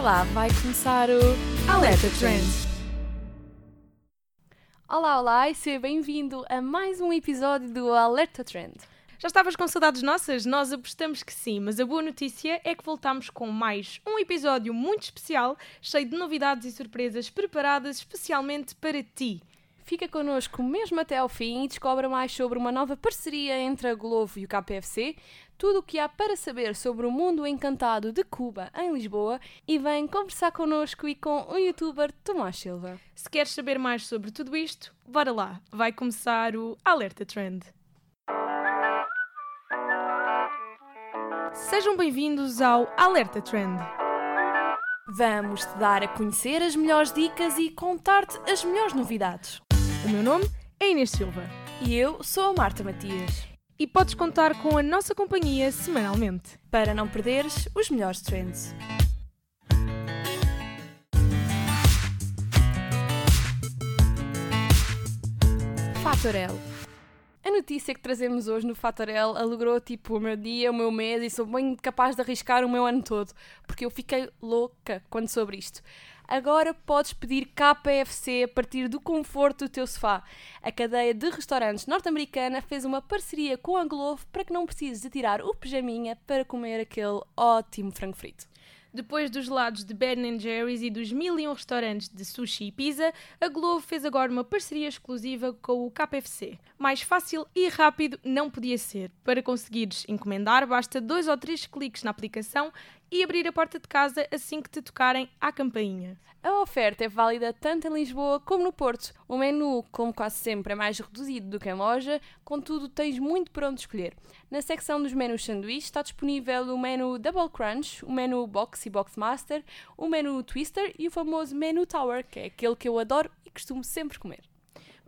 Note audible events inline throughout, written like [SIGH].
Olá, vai começar o Alerta Trends. Olá, olá e seja bem-vindo a mais um episódio do Alerta Trend. Já estavas com saudades nossas? Nós apostamos que sim, mas a boa notícia é que voltamos com mais um episódio muito especial, cheio de novidades e surpresas preparadas especialmente para ti. Fica connosco mesmo até ao fim e descobre mais sobre uma nova parceria entre a Glovo e o KPFC, tudo o que há para saber sobre o mundo encantado de Cuba em Lisboa e vem conversar connosco e com o youtuber Tomás Silva. Se queres saber mais sobre tudo isto, bora lá, vai começar o Alerta Trend. Sejam bem-vindos ao Alerta Trend. Vamos-te dar a conhecer as melhores dicas e contar-te as melhores novidades. O meu nome é Inês Silva E eu sou a Marta Matias. e podes contar com a nossa companhia semanalmente. para não perderes os melhores trends. Fator L. A notícia que trazemos hoje no Fator L alegrou tipo o meu dia, o meu mês e sou bem capaz de arriscar o meu ano todo, porque eu fiquei louca quando soube isto. Agora podes pedir KFC a partir do conforto do teu sofá. A cadeia de restaurantes norte-americana fez uma parceria com a Glovo para que não precises de tirar o pijaminha para comer aquele ótimo frango frito. Depois dos lados de Ben Jerry's e dos mil e um restaurantes de sushi e pizza, a Globo fez agora uma parceria exclusiva com o KFC. Mais fácil e rápido não podia ser. Para conseguires encomendar, basta dois ou três cliques na aplicação e abrir a porta de casa assim que te tocarem à campainha. A oferta é válida tanto em Lisboa como no Porto. O menu, como quase sempre, é mais reduzido do que em loja, contudo tens muito por onde escolher. Na secção dos menus sanduíche está disponível o menu Double Crunch, o menu Box e Box Master, o menu Twister e o famoso menu Tower, que é aquele que eu adoro e costumo sempre comer.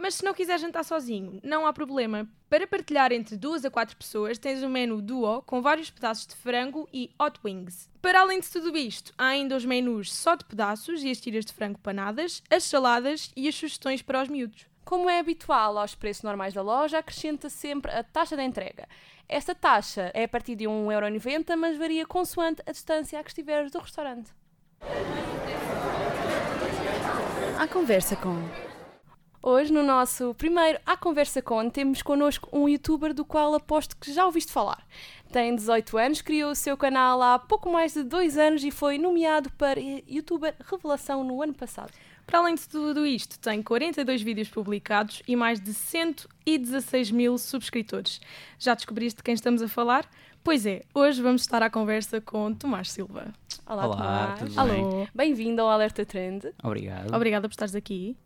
Mas se não quiser jantar sozinho, não há problema. Para partilhar entre duas a quatro pessoas, tens um menu duo com vários pedaços de frango e hot wings. Para além de tudo isto, há ainda os menus só de pedaços e as tiras de frango panadas, as saladas e as sugestões para os miúdos. Como é habitual aos preços normais da loja, acrescenta sempre a taxa da entrega. Esta taxa é a partir de 1,90€, mas varia consoante a distância a que estiveres do restaurante. A conversa com Hoje, no nosso primeiro A Conversa Com, temos connosco um youtuber do qual aposto que já ouviste falar. Tem 18 anos, criou o seu canal há pouco mais de 2 anos e foi nomeado para youtuber revelação no ano passado. Para além de tudo isto, tem 42 vídeos publicados e mais de 116 mil subscritores. Já descobriste de quem estamos a falar? Pois é, hoje vamos estar à conversa com Tomás Silva. Olá, Olá, Tomás. tudo bem? Alô. Bem-vindo ao Alerta Trend. Obrigado. Obrigada por estares aqui.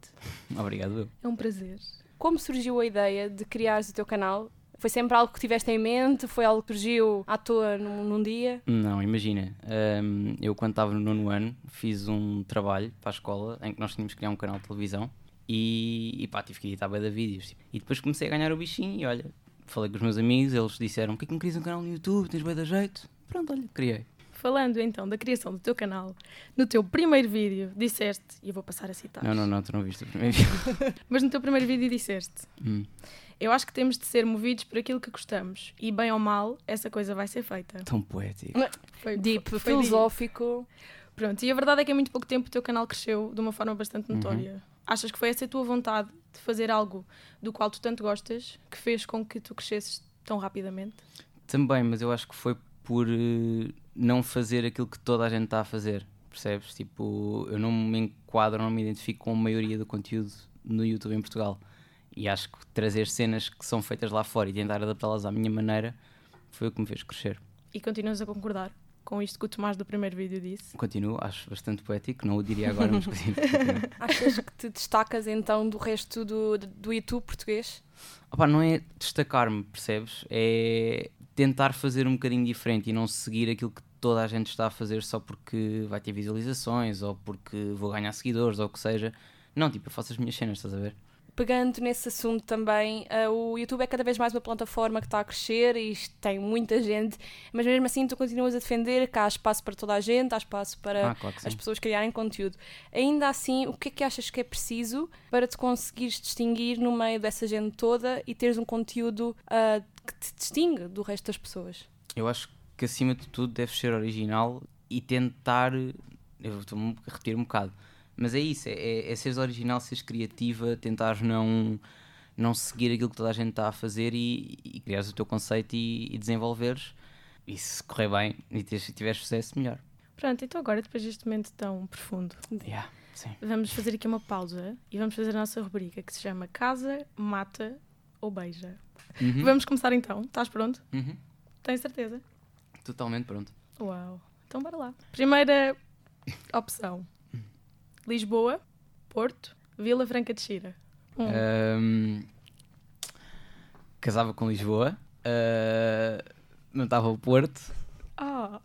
Obrigado. eu. É um prazer. Como surgiu a ideia de criares o teu canal? Foi sempre algo que tiveste em mente? Foi algo que surgiu à toa num, num dia? Não, imagina. hum, eu, quando estava no nono ano, fiz um trabalho para a escola em que nós tínhamos que criar um canal de televisão e, e pá, tive que editar bué de vídeos. tipo. E depois comecei a ganhar o bichinho e olha, falei com os meus amigos, eles disseram: que é que não crias um canal no YouTube? Tens bué de jeito? Pronto, olha, criei. Falando então da criação do teu canal, no teu primeiro vídeo disseste, e eu vou passar a citar, Não, não, não, tu não viste o primeiro vídeo. [LAUGHS] mas no teu primeiro vídeo disseste: Hum. Eu acho que temos de ser movidos por aquilo que gostamos, e bem ou mal, essa coisa vai ser feita. Tão poético. Foi, Deep, foi- foi filosófico. deep. Pronto, e a verdade é que em muito pouco tempo o teu canal cresceu de uma forma bastante Uhum. notória. Achas que foi essa a tua vontade de fazer algo do qual tu tanto gostas que fez com que tu crescesses tão rapidamente? Também, mas eu acho que foi por eh, não fazer aquilo que toda a gente está a fazer, percebes? Tipo, eu não me enquadro, não me identifico com a maioria do conteúdo no YouTube em Portugal. E acho que trazer cenas que são feitas lá fora e tentar adaptá-las à minha maneira foi o que me fez crescer. E continuas a concordar com isto que o Tomás do primeiro vídeo disse? Continuo, acho bastante poético, não o diria agora, mas continuo. Achas que te destacas então do resto do, do YouTube português? Opá, não é destacar-me, percebes? É tentar fazer um bocadinho diferente e não seguir aquilo que toda a gente está a fazer só porque vai ter visualizações ou porque vou ganhar seguidores ou o que seja. Não, tipo, eu faço as minhas cenas, estás a ver? Pegando nesse assunto também, eh, o YouTube é cada vez mais uma plataforma que está a crescer e isto tem muita gente, mas mesmo assim tu continuas a defender que há espaço para toda a gente, há espaço para Ah, claro que as sim. pessoas criarem conteúdo. Ainda assim, o que é que achas que é preciso para te conseguires distinguir no meio dessa gente toda e teres um conteúdo ah, que te distingue do resto das pessoas? Eu acho que acima de tudo deves ser original e tentar Eu estou a repetir um bocado. Mas é isso, é, é seres original, seres criativa, tentares não, não seguir aquilo que toda a gente está a fazer e, e criares o teu conceito e, e desenvolveres. E se correr bem e teres- tiveres sucesso, melhor. Pronto, então agora, depois deste momento tão profundo, Yeah, sim. vamos fazer aqui uma pausa e vamos fazer a nossa rubrica que se chama Casa, Mata ou Beija. Uhum, Vamos começar então. Estás pronto? uhum. Tenho certeza. Totalmente pronto. Uau. Então bora lá. Primeira opção. Lisboa, Porto, Vila Franca de Xira. Hum. Ahm, casava com Lisboa, ah, não estava o Porto Ah,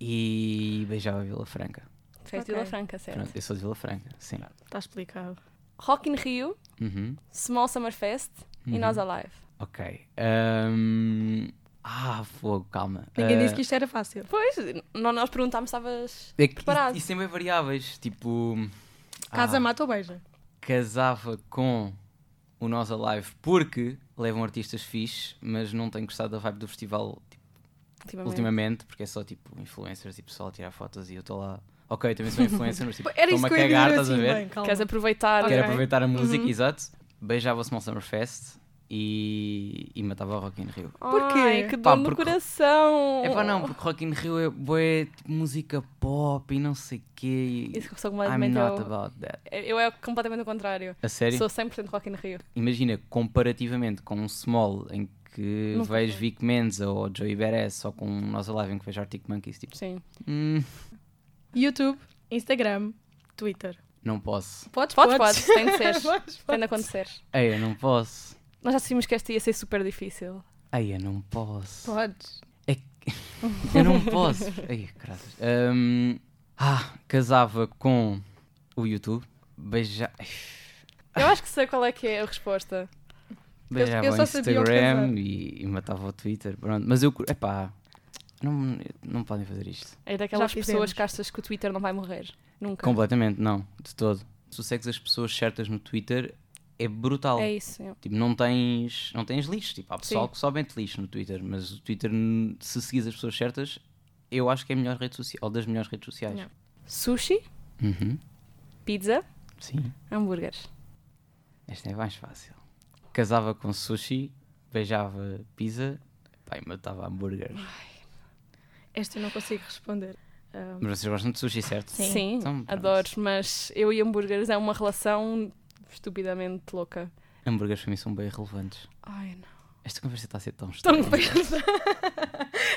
e beijava Vila Franca. Fez Ok. Vila Franca, certo. Pronto, eu sou de Vila Franca, sim. está explicado. Rock in Rio, Uhum, Small Summer Fest e uhum. Nós Alive. Ok. Ahm, ah, fogo, calma. Ninguém Ah, disse que isto era fácil. Pois, não nós perguntámos se estavas... é que preparado. E, e sempre é variáveis, tipo. ah, Casa, Mata ou Beija. casava com o Nós Alive porque levam artistas fixes, mas não tenho gostado da vibe do festival Ultimamente. ultimamente, porque é só tipo influencers e pessoal a tirar fotos e eu estou lá. Ok, também sou [LAUGHS] influencer, mas tipo, Era estou-me isso a que eu ia dizer cagar, estás a assim, ver? bem, calma. Queres aproveitar? Ok. Uhum. Quero aproveitar a música, exato. Beijava o Small Summer Fest e, e matava o Rock in Rio. Porquê? Ai, que Pá, dor no porque- coração. É pá, não, porque Rock in Rio é bué de música pop e não sei o quê. e [LAUGHS] Isso sou I'm completamente not eu. about that. Eu é completamente o contrário. A sério? Sou 100% Rock in Rio. Imagina, comparativamente com um Small em que Nunca vejo foi. Vic Mensa ou Joey Beres ou com um Nós Alive em que vejo Arctic Monkeys, tipo, Sim. hum, YouTube, Instagram, Twitter. não posso. Podes, Podes, podes. [LAUGHS] podes. Tem de ser. [LAUGHS] Podes, Tem de podes. acontecer. Ei, eu não posso. Nós já decidimos que esta ia ser super difícil. Ei, eu não posso. Podes. É que- [LAUGHS] eu não posso. Ai, graças. Hum, ah, casava com o YouTube. Beija... Eu acho que sei qual é que é a resposta. Beijava eu o só sabia o que Instagram casar. e, e matava o Twitter. Pronto. Mas eu. cu- Epá, não, não podem fazer isto. É daquelas Já fizemos. pessoas que achas que o Twitter não vai morrer. Nunca. Completamente, não. De todo. Se tu segues as pessoas certas no Twitter, é brutal. É isso. é. Tipo, não tens, não tens lixo. Tipo, há pessoal Sim. que só mete lixo no Twitter, mas o Twitter, n- se seguires as pessoas certas, eu acho que é a melhor rede social, ou das melhores redes sociais. Não. Sushi, Uhum. pizza, Sim. hambúrgueres. Esta é mais fácil. Casava com sushi, beijava pizza, pai, matava hambúrguer. Esta eu não consigo responder. Ah, Mas vocês gostam de sushi, certo? Sim, Então, pronto. adoro. Mas eu e hambúrgueres é uma relação estupidamente louca. Hambúrgueres para mim são bem relevantes. Ai, não. Esta conversa está a ser tão Estão estranha. [LAUGHS]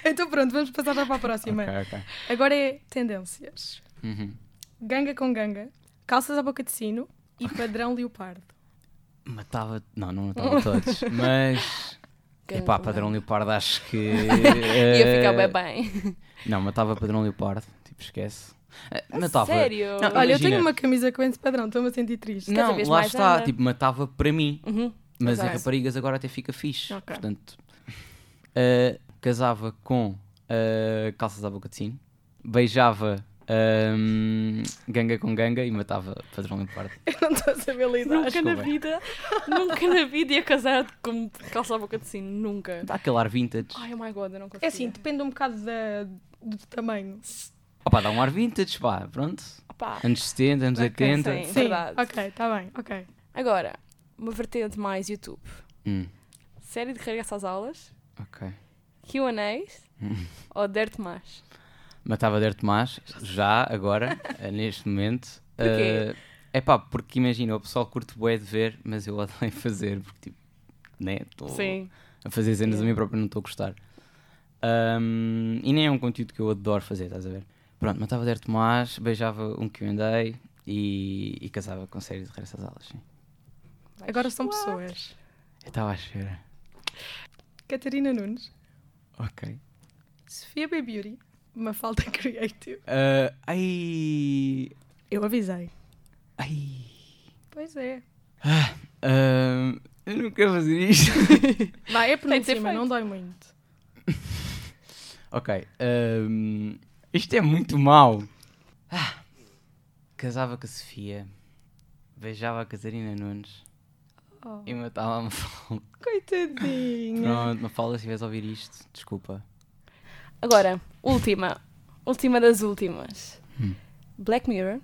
então pronto, vamos passar já para a próxima. Ok, ok. Agora é tendências. Uhum. Ganga com ganga, calças à boca de sino e padrão leopardo. Matava. Não, não Uhum. [LAUGHS] matava todos. Mas. Epá, padrão leopardo, acho que. Ia ficar eh, bem bem. Não, matava padrão leopardo. Tipo, esquece. Eh, matava. Sério? Olha, Não, eu Imagina. tenho uma camisa com esse padrão, estou-me a sentir triste. cada Não, vez lá mais está. anda. Tipo, matava para mim. Uhum. Mas em Exato. raparigas agora até fica fixe. Ok. Portanto, eh, casava com eh, calças à boca de sino, beijava ehm, ganga com ganga e matava padrão leopardo. [LAUGHS] Eu não estou a saber lidar. Nunca na desculpa. vida, [LAUGHS] nunca na vida ia casar com calça à boca de sino, nunca. Dá aquele ar vintage. Ai, oh my god, eu não consigo. É assim, depende um bocado da- do tamanho. Opa, dá um ar vintage, pá, pronto. Opá. Anos 70, anos Ok, 80. sim. É verdade. Ok, está bem, ok. Agora, uma vertente mais YouTube. Hum, Série de regresso às aulas, ok. [LAUGHS] Q&As ou Dirt Mas. Matava Der Tomás, já, agora, eh, neste momento. [LAUGHS] Porquê? é pá, porque imagina, o pessoal curte bué de ver, mas eu odeio [LAUGHS] fazer, porque tipo, né? tô- Sim. a fazer cenas a mim próprio não estou a gostar. Ahm, e nem é um conteúdo que eu adoro fazer, estás a ver? Pronto, matava Der Tomás, beijava um que eu andei e, e casava com séries de regresso às aulas. sim. Agora são What? pessoas. Eu estava à espera. Catarina Nunes, Ok. Sofia B. Beauty, Mafalda [LAUGHS] Creative. Ah, ai. Eu avisei. Ai. Pois é. ahm, eu não quero fazer isto. [LAUGHS] Vai, é por Tem de ser cima, feito. não dói muito. ok. ahm, isto é muito mau. Ah, casava com a Sofia, beijava a Catarina Nunes Oh, e matava-me. Coitadinha. Pronto, Mafalda, se estiveres a ouvir isto, desculpa. Agora, última. Última das últimas. Black Mirror,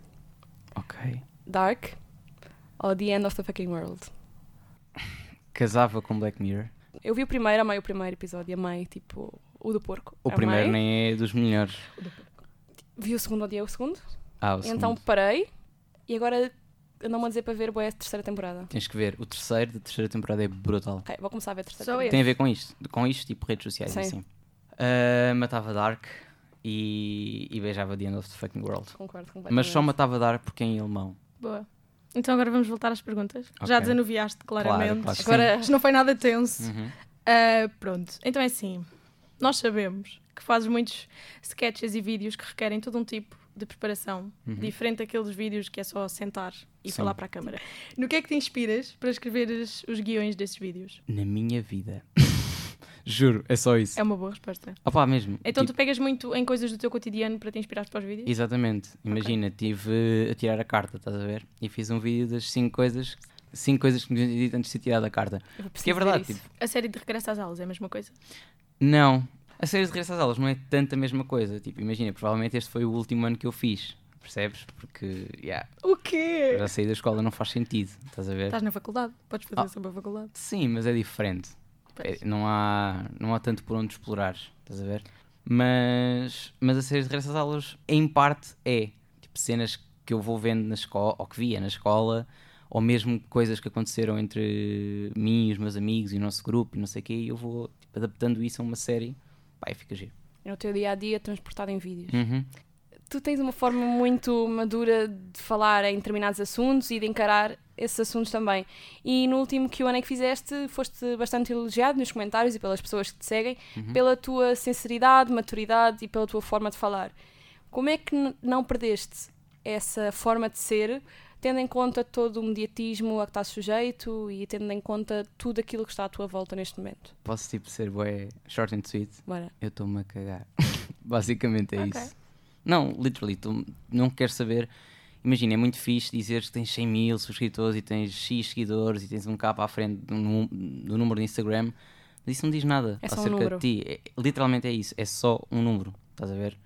Ok. Dark ou The End of the Fucking World. Casava com Black Mirror. Eu vi o primeiro, amei o primeiro episódio, amei, tipo, o do porco. O amei. primeiro nem é dos melhores. Vi o segundo, odiei o segundo. Ah, o então segundo. parei e agora andam-me a dizer para ver boa a terceira temporada. Tens que ver. O terceiro da terceira temporada é brutal. Ok, vou começar a ver a terceira Só temporada. eu. Tem a ver com isto. Com isto, tipo redes sociais e Sim. assim. Ah, matava Dark e, e beijava The End of the Fucking World. Concordo completamente. Mas só matava Dark porque é em alemão. Boa. Então agora vamos voltar às perguntas. Já Ok. desanuviaste claramente. claro que sim. agora isto não foi nada tenso. Uhum. Ah, pronto, então é assim. Nós sabemos que fazes muitos sketches e vídeos que requerem todo um tipo de preparação, diferente daqueles vídeos que é só sentar e Uhum. Sim. falar para a câmara. No que é que te inspiras para escrever os os guiões desses vídeos? Na minha vida. [LAUGHS] Juro, é só isso. É uma boa resposta. Opa, mesmo. Então Tipo, tu pegas muito em coisas do teu cotidiano para te inspirar para os vídeos? Exatamente. Imagina, tive a tirar a carta, estás a ver? E fiz um vídeo das 5 coisas, cinco coisas que me tinham dito antes de tirar da carta. Eu vou Porque é preciso ver verdade, isso. tipo, A série de regresso às aulas é a mesma coisa? Não. A série de regresso às aulas não é tanto a mesma coisa. Tipo, imagina, provavelmente este foi o último ano que eu fiz. Percebes? Porque, yeah, O quê? já sair da escola não faz sentido. Estás a ver? Estás na faculdade, podes fazer Ah. sobre a faculdade. Sim, mas é diferente. Pois. É, não, há, não há tanto por onde explorar. Estás a ver? Mas, mas a série de regresso às aulas, em parte, é. Tipo, cenas que eu vou vendo na escola, ou que via na escola, ou mesmo coisas que aconteceram entre mim e os meus amigos e o nosso grupo e não sei o quê, e eu vou tipo, adaptando isso a uma série. Pá, e fica giro. É o teu dia a dia transportado em vídeos. Uhum. Tu tens uma forma muito madura de falar em determinados assuntos e de encarar esses assuntos também. E no último QA que fizeste, foste bastante elogiado nos comentários e pelas pessoas que te seguem pela tua sinceridade, maturidade e pela tua forma de falar. Como é que n- não perdeste essa forma de ser, tendo em conta todo o mediatismo a que estás sujeito e tendo em conta tudo aquilo que está à tua volta neste momento? Posso tipo ser bué short and sweet? Bora. Eu estou-me a cagar. [LAUGHS] Basicamente é Ok. isso. Não, literally, tu não queres saber. Imagina, é muito fixe dizeres que tens 100 mil subscritores e tens X seguidores e tens um K à frente do, nu- do número do Instagram, mas isso não diz nada É só um acerca número. de ti. É- literalmente é isso, é só um número, estás a ver?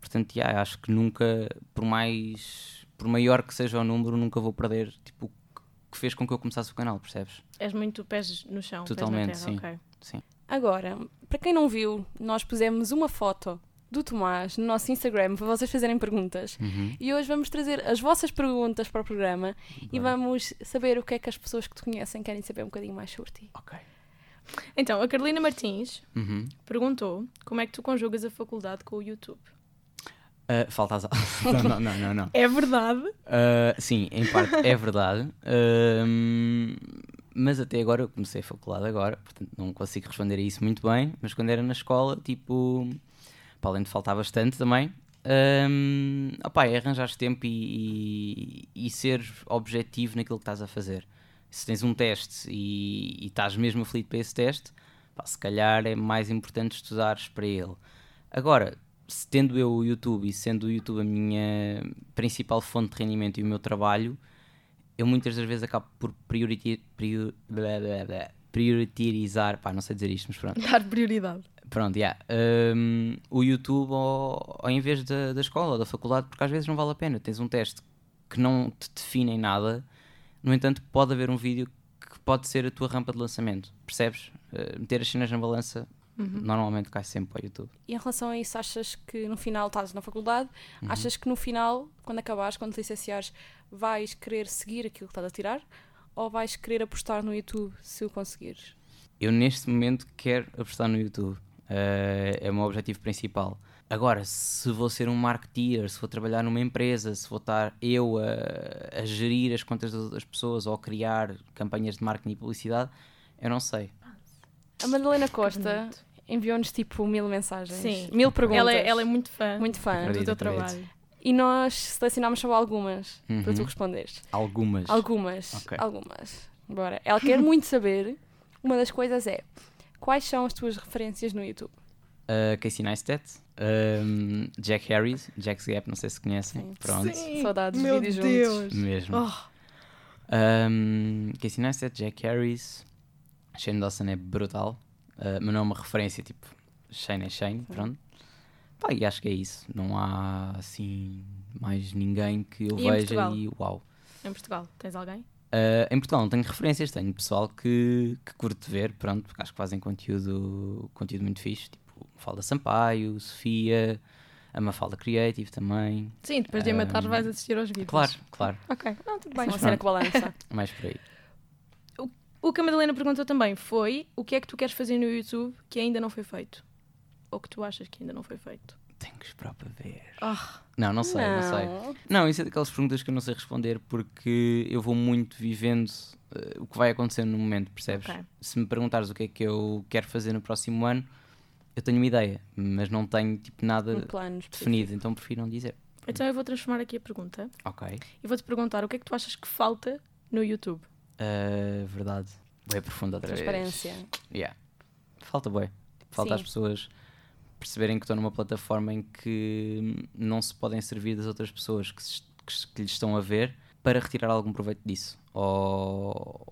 Portanto, yeah, acho que nunca, por mais, por maior que seja o número, nunca vou perder tipo, o que fez com que eu começasse o canal, percebes? És muito pés no chão, Totalmente, pés na terra, ok. Sim. Agora, para quem não viu, nós pusemos uma foto do Tomás no nosso Instagram para vocês fazerem perguntas. Uhum. E hoje vamos trazer as vossas perguntas para o programa e vamos saber o que é que as pessoas que te conhecem querem saber um bocadinho mais sobre ti. Ok. Então, a Carolina Martins Uhum. perguntou como é que tu conjugas a faculdade com o YouTube. Ah, falta as aulas. não, não, não, não. não. É verdade. Ah, sim, em parte é verdade. Ahm, mas até agora, eu comecei a faculdade agora, portanto não consigo responder a isso muito bem. Mas quando era na escola, tipo, para além de faltar bastante também, ahm, opá, é arranjar tempo e, e, e ser objetivo naquilo que estás a fazer. Se tens um teste e, e estás mesmo aflito para esse teste, pá, se calhar é mais importante estudares para ele. Agora, se tendo eu o YouTube e sendo o YouTube a minha principal fonte de rendimento e o meu trabalho, eu muitas das vezes acabo por prioriti- prior- blá, blá, blá, prioritizar, pá, não sei dizer isto, mas pronto. Dar prioridade. Pronto, yeah. Um, o YouTube ao, ao invés da, da escola ou da faculdade, porque às vezes não vale a pena. Tens um teste que não te define em nada, no entanto, pode haver um vídeo que pode ser a tua rampa de lançamento, percebes? Uh, meter as cenas na balança normalmente cai sempre para o YouTube. E em relação a isso, achas que no final estás na faculdade, Uhum. achas que no final, quando acabares, quando te licenciares, vais querer seguir aquilo que estás a tirar ou vais querer apostar no YouTube se o conseguires? Eu neste momento quero apostar no YouTube. Eh, é o meu objetivo principal. Agora, se vou ser um marketeer, se vou trabalhar numa empresa, se vou estar eu a, a gerir as contas das outras pessoas ou a criar campanhas de marketing e publicidade, eu não sei. A Madalena Costa enviou-nos tipo mil mensagens, Sim. mil perguntas. Ela, é- ela é muito fã muito fã. Acredito. do teu acredito. trabalho. E nós selecionámos só algumas para tu Uhum. responderes. Algumas. Algumas. Ok. Algumas. Bora. Ela [LAUGHS] quer muito saber. Uma das coisas é quais são as tuas referências no YouTube? Eh, Casey Neistat, ehm, Jack Harris, Jack's Gap, não sei se conhecem. Sim. Pronto, Saudades de Meu vídeos Deus. mesmo. Oh, Um, Casey Neistat, Jack Harris, Shane Dawson é brutal, uh, mas não é uma referência, tipo, Shane é Shane, pronto. Pá, e acho que é isso, não há assim mais ninguém que eu E em veja Portugal? e uau. Em Portugal, tens alguém? Ah, em Portugal não tenho referências, tenho pessoal que, que curto ver, pronto, porque acho que fazem conteúdo, conteúdo muito fixe, tipo Mafalda Sampaio, Sofia, a Mafalda Creative também. Sim, depois de matar Ahm, vais assistir aos vídeos. Claro, claro, Ok, não, tudo bem. Uma cena que balança. mais por aí. O que a Madalena perguntou também foi o que é que tu queres fazer no YouTube que ainda não foi feito? Ou que tu achas que ainda não foi feito? Tenho que esperar para ver. Ah, Não, não sei, não sei. Não, isso é daquelas perguntas que eu não sei responder porque eu vou muito vivendo eh, o que vai acontecer no momento, percebes? Ok. Se me perguntares o que é que eu quero fazer no próximo ano, eu tenho uma ideia, mas não tenho tipo nada Um plano específico. definido, então prefiro não dizer. Então eu vou transformar aqui a pergunta Ok, e vou-te perguntar o que é que tu achas que falta no YouTube? Eh, verdade. Boa profunda outra vez. Transparência. Yeah. Falta boé. Falta Sim. as pessoas perceberem que estão numa plataforma em que hum, não se podem servir das outras pessoas que, se- que se- que lhes estão a ver para retirar algum proveito disso. Ou,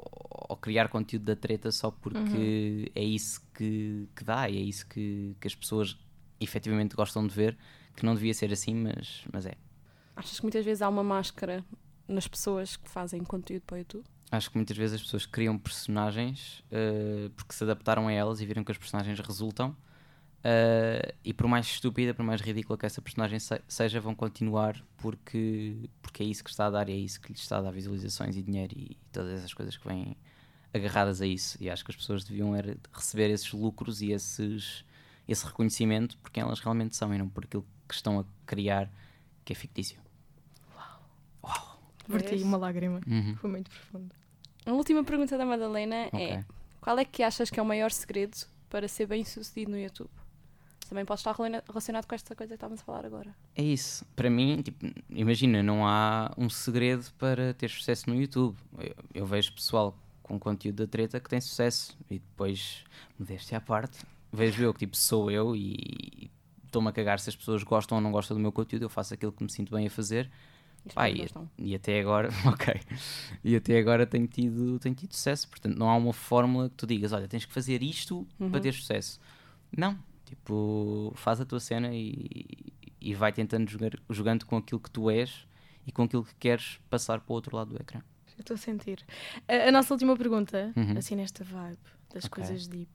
ou criar conteúdo da treta só porque é isso que, que dá e é isso que, que as pessoas efetivamente gostam de ver, que não devia ser assim, mas, mas é. Achas que muitas vezes há uma máscara nas pessoas que fazem conteúdo para o YouTube? Acho que muitas vezes as pessoas criam personagens eh, porque se adaptaram a elas e viram que as personagens resultam. eh, e por mais estúpida, por mais ridícula que essa personagem se- seja, vão continuar porque, porque é isso que está a dar e é isso que lhes está a dar visualizações e dinheiro e, todas essas coisas que vêm agarradas a isso. E acho que as pessoas deviam era receber esses lucros e esses, esse reconhecimento por quem elas realmente são e não por aquilo que estão a criar que é fictício. Verti Vês? uma lágrima. Uhum. Foi muito profundo. A última pergunta da Madalena é: Ok. Qual é que achas que é o maior segredo para ser bem sucedido no YouTube? Também pode estar relena- relacionado com esta coisa que estávamos a falar agora. É isso. Para mim, tipo, imagina, não há um segredo para ter sucesso no YouTube. Eu, eu vejo pessoal com conteúdo da treta que tem sucesso e depois, modéstia à parte, vejo eu que tipo, sou eu e estou-me a cagar se as pessoas gostam ou não gostam do meu conteúdo, eu faço aquilo que me sinto bem a fazer. Isto Pá, não e, gostam. e até agora, [LAUGHS] ok. E até agora tenho tido, tenho tido sucesso. Portanto, não há uma fórmula que tu digas, olha, tens que fazer isto para ter sucesso. Não. Tipo, faz a tua cena e, e vai tentando jogar, jogando com aquilo que tu és e com aquilo que queres passar para o outro lado do ecrã. Eu estou a sentir. A, a nossa última pergunta, Uhum. assim nesta vibe das Ok. Uhum. coisas deep,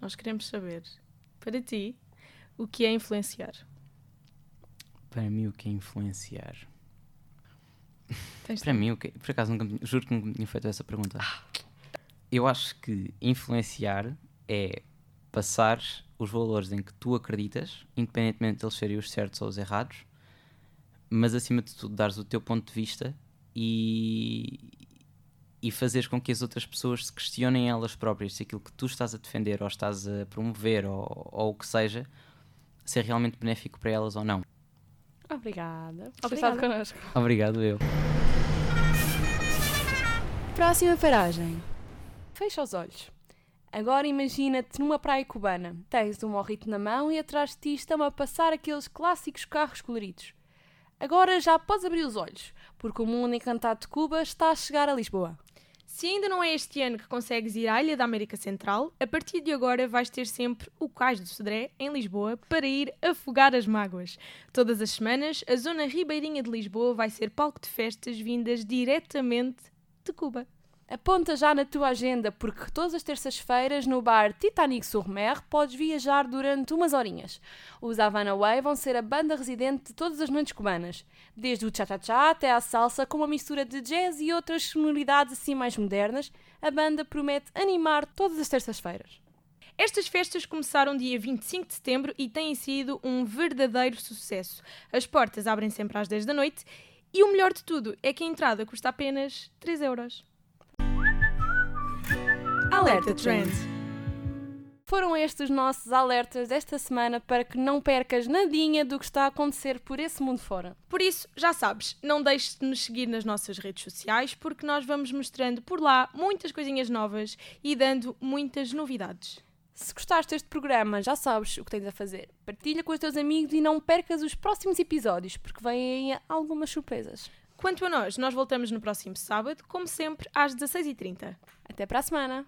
nós queremos saber, para ti, o que é influenciar? Para mim, o que é influenciar? Tens- Para mim, o que é- por acaso, nunca, me- juro que nunca me tinha feito essa pergunta. Eu acho que influenciar é passar os valores em que tu acreditas, independentemente de eles serem os certos ou os errados, mas acima de tudo, dares o teu ponto de vista e, e fazeres com que as outras pessoas se questionem elas próprias se aquilo que tu estás a defender ou estás a promover ou, ou o que seja, se é realmente benéfico para elas ou não. Obrigada por ter estado connosco. Obrigado, eu. Próxima paragem. Fecha os olhos. Agora imagina-te numa praia cubana. Tens um morrito na mão e atrás de ti estão a passar aqueles clássicos carros coloridos. Agora já podes abrir os olhos, porque o mundo encantado de Cuba está a chegar a Lisboa. Se ainda não é este ano que consegues ir à Ilha da América Central, a partir de agora vais ter sempre o Cais do Sodré, em Lisboa, para ir afogar as mágoas. Todas as semanas, a zona ribeirinha de Lisboa vai ser palco de festas vindas diretamente de Cuba. Aponta já na tua agenda, porque todas as terças-feiras no bar Titanic sur Mer podes viajar durante umas horinhas. Os Havana Way vão ser a banda residente de todas as noites cubanas, desde o cha-cha-cha até à salsa, com uma mistura de jazz e outras sonoridades assim mais modernas. A banda promete animar todas as terças-feiras. Estas festas começaram dia 25 de setembro e têm sido um verdadeiro sucesso. As portas abrem sempre às 10 da noite e o melhor de tudo é que a entrada custa apenas 3 euros. Alerta Trend! Foram estes os nossos alertas desta semana para que não percas nadinha do que está a acontecer por esse mundo fora. Por isso, já sabes, não deixes de nos seguir nas nossas redes sociais porque nós vamos mostrando por lá muitas coisinhas novas e dando muitas novidades. Se gostaste deste programa, já sabes o que tens a fazer. Partilha com os teus amigos e não percas os próximos episódios, porque vêm aí algumas surpresas. Quanto a nós, nós voltamos no próximo sábado, como sempre, às 16h30. Até para a semana!